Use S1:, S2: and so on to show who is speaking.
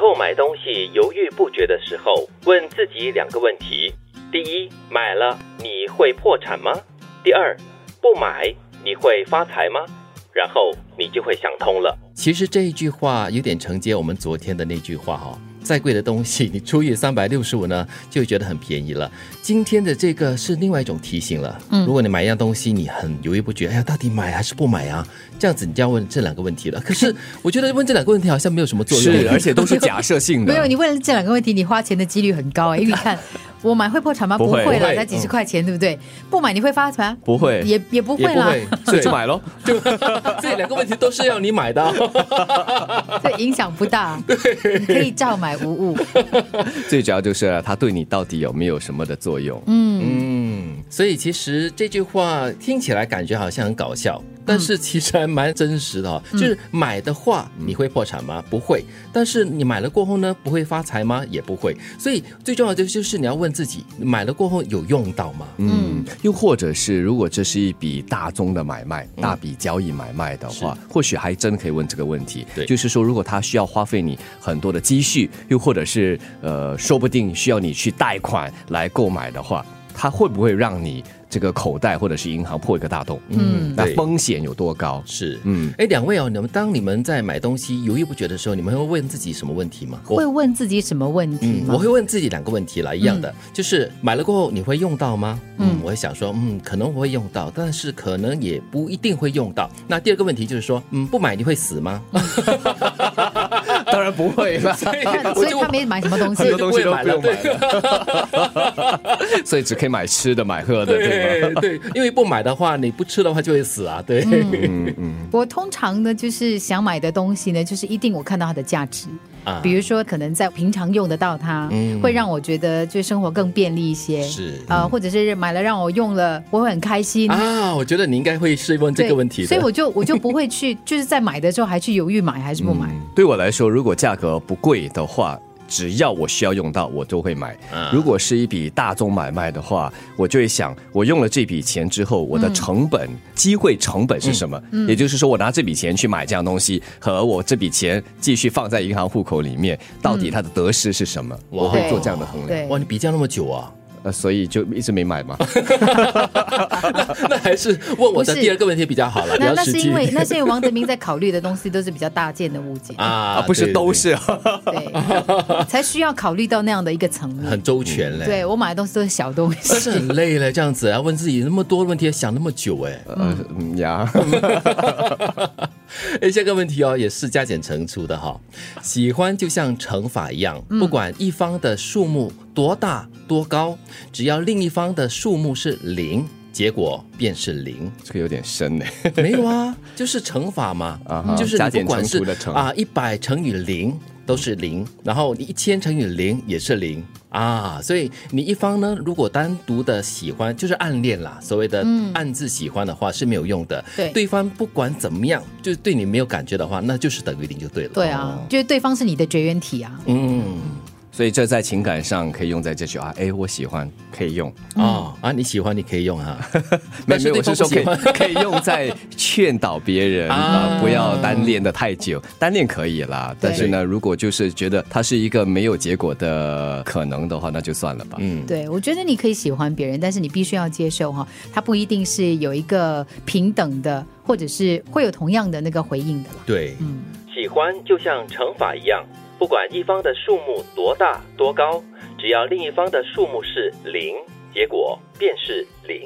S1: 购买东西犹豫不决的时候，问自己两个问题：第一，买了你会破产吗？第二，不买你会发财吗？然后你就会想通了。
S2: 其实这一句话有点承接我们昨天的那句话哈、哦，再贵的东西你除以三百六十五呢，就觉得很便宜了。今天的这个是另外一种提醒了。
S3: 嗯
S2: 如果你买一样东西，你很犹豫不决，哎呀，到底买还是不买啊？这样子你就要问这两个问题了。可是我觉得问这两个问题好像没有什么作用，
S4: 是，而且都是假设性的。
S3: 没有，你问了这两个问题，你花钱的几率很高哎，因为你看，我买会破产吗？
S4: 不
S3: 不
S4: 会
S3: 会
S2: 不
S3: 啦，
S2: 会
S3: 才几十块钱，对不对？不买你会发财吗？
S4: 不会
S3: 也也不
S2: 也
S3: 会
S2: 不
S3: 啦。
S2: 会，
S4: 所以
S2: 对，
S4: 就买咯。
S2: 就这两个问题都是要你买的。哦
S3: 这影响不大，你可以照买无误。
S4: 最主要就是啊它对你到底有没有什么的作用？
S2: 嗯，所以其实这句话听起来感觉好像很搞笑，但
S3: 嗯
S2: 是其实还蛮真实的、哦就是买的话，
S4: 嗯
S2: 你会破产吗？不会。但是你买了过后呢，不会发财吗？也不会。所以最重要的就是你要问自己，买了过后有用到吗？
S4: 嗯，又或者是如果这是一笔大宗的买卖、大笔交易买卖的话，或许还真可以问这个问题。
S2: 对
S4: 就是说，如果他需要花费你很多的积蓄，又或者是呃，说不定需要你去贷款来购买的话，他会不会让你这个口袋或者是银行破一个大洞？
S3: 嗯
S4: 那
S2: 对
S4: 风险有多高？
S2: 是，
S4: 嗯，
S2: 哎，两位哦，你们当你们在买东西犹豫不决的时候，你们会问自己什么问题吗？
S3: 会问自己什么问题
S2: 嗯，
S3: 吗？
S2: 我会问自己两个问题啦，一样的，就是买了过后你会用到吗？嗯
S3: 嗯，
S2: 我会想说，嗯，可能我会用到，但是可能也不一定会用到。那第二个问题就是说，嗯，不买你会死吗？
S4: 当然不会啦。
S3: 那所以他没买什么东 西
S4: 很。多东西都不
S2: 我就
S4: 用
S2: 不会
S4: 买了， 所以只可以买吃的、买喝的，对吧？
S2: 对对，因为不买的话，你不吃的话就会死啊。对，
S4: 嗯嗯，
S3: 我通常呢，就是想买的东西呢，就是一定我看到它的价值，
S2: 啊
S3: 比如说可能在平常用得到它，
S2: 嗯
S3: 会让我觉得就生活更便利一些，
S2: 是
S3: 呃，或者是买了让我用了，我会很开心。
S2: 啊，我觉得你应该会是问这
S3: 呃对
S2: 个问题的。
S3: 所以我就我就不会去，就是在买的时候还去犹豫买还是不买。
S2: 嗯
S4: 对我来说，如果价格不贵的话，只要我需要用到，我都会买。
S2: 啊
S4: 如果是一笔大宗买卖的话，我就会想，我用了这笔钱之后，我的成本、机会成本是什么？也就是说，我拿这笔钱去买这样东西，和我这笔钱继续放在银行户口里面，到底它的得失是什么？我会
S3: 对
S4: 做这样的衡量。
S3: 对，
S2: 哇，你比较那么久啊，
S4: 呃，所以就一直没买嘛。
S2: 那还是问我的
S3: 不是
S2: 第二个问题比较好了，比
S3: 那
S2: 较
S3: 那
S2: 实
S3: 是
S2: 际
S3: 因为那是因为王德明在考虑的东西都是比较大件的物件，
S2: 啊
S4: 啊，不是都。是啊。
S3: 对，才需要考虑到那样的一个层
S2: 对对
S3: 面。
S2: 很周全嘞，
S3: 对我买的东西都是小东
S2: 但是
S3: 西，
S2: 很累嘞，这样子要问自己那么多问题，想那么久哎。
S4: 呃嗯呀，
S2: 哎，下个问题哦，也是加减乘除的哈、喜欢就像乘法一样，
S3: 嗯
S2: 不管一方的数目多大多高，只要另一方的数目是零，结果便是零。
S4: 这个有点深呢。
S2: 没有啊， 就是乘法嘛，
S4: 啊哈
S2: 就是
S4: 加
S2: 你
S4: 减
S2: 不管
S4: 乘
S2: 是
S4: 除的乘
S2: 啊一百乘以零都是零，然后你一千乘以零也是零啊，所以你一方呢，如果单独的喜欢就是暗恋啦，所谓的暗自喜欢的话是没有用的，
S3: 嗯对
S2: 对方不管怎么样，就是对你没有感觉的话，那就是等于零就对了，哦
S3: 对，啊，就是对方是你的绝缘体啊。
S2: 嗯。
S4: 所以这在情感上可以用在这句话，哎，我喜欢，可以用。
S3: 嗯
S2: 哦啊，你喜欢你可以用哈、啊，但
S4: 没没
S2: 是
S4: 有，
S2: 对
S4: 我
S2: 方
S4: 是
S2: 不
S4: 说可
S2: 喜
S4: 以
S2: 欢
S4: 可以 用在劝导别人 啊、
S2: 啊
S4: 不要单恋的太久，单恋可以啦。但是呢，如果就是觉得它是一个没有结果的可能的话，那就算了吧。
S2: 嗯，
S3: 对，我觉得你可以喜欢别人，但是你必须要接受哈，他不一定是有一个平等的，或者是会有同样的那个回应的啦。
S2: 对，
S1: 喜欢就像乘法一样，不管一方的数目多大多高，只要另一方的数目是零，结果便是零。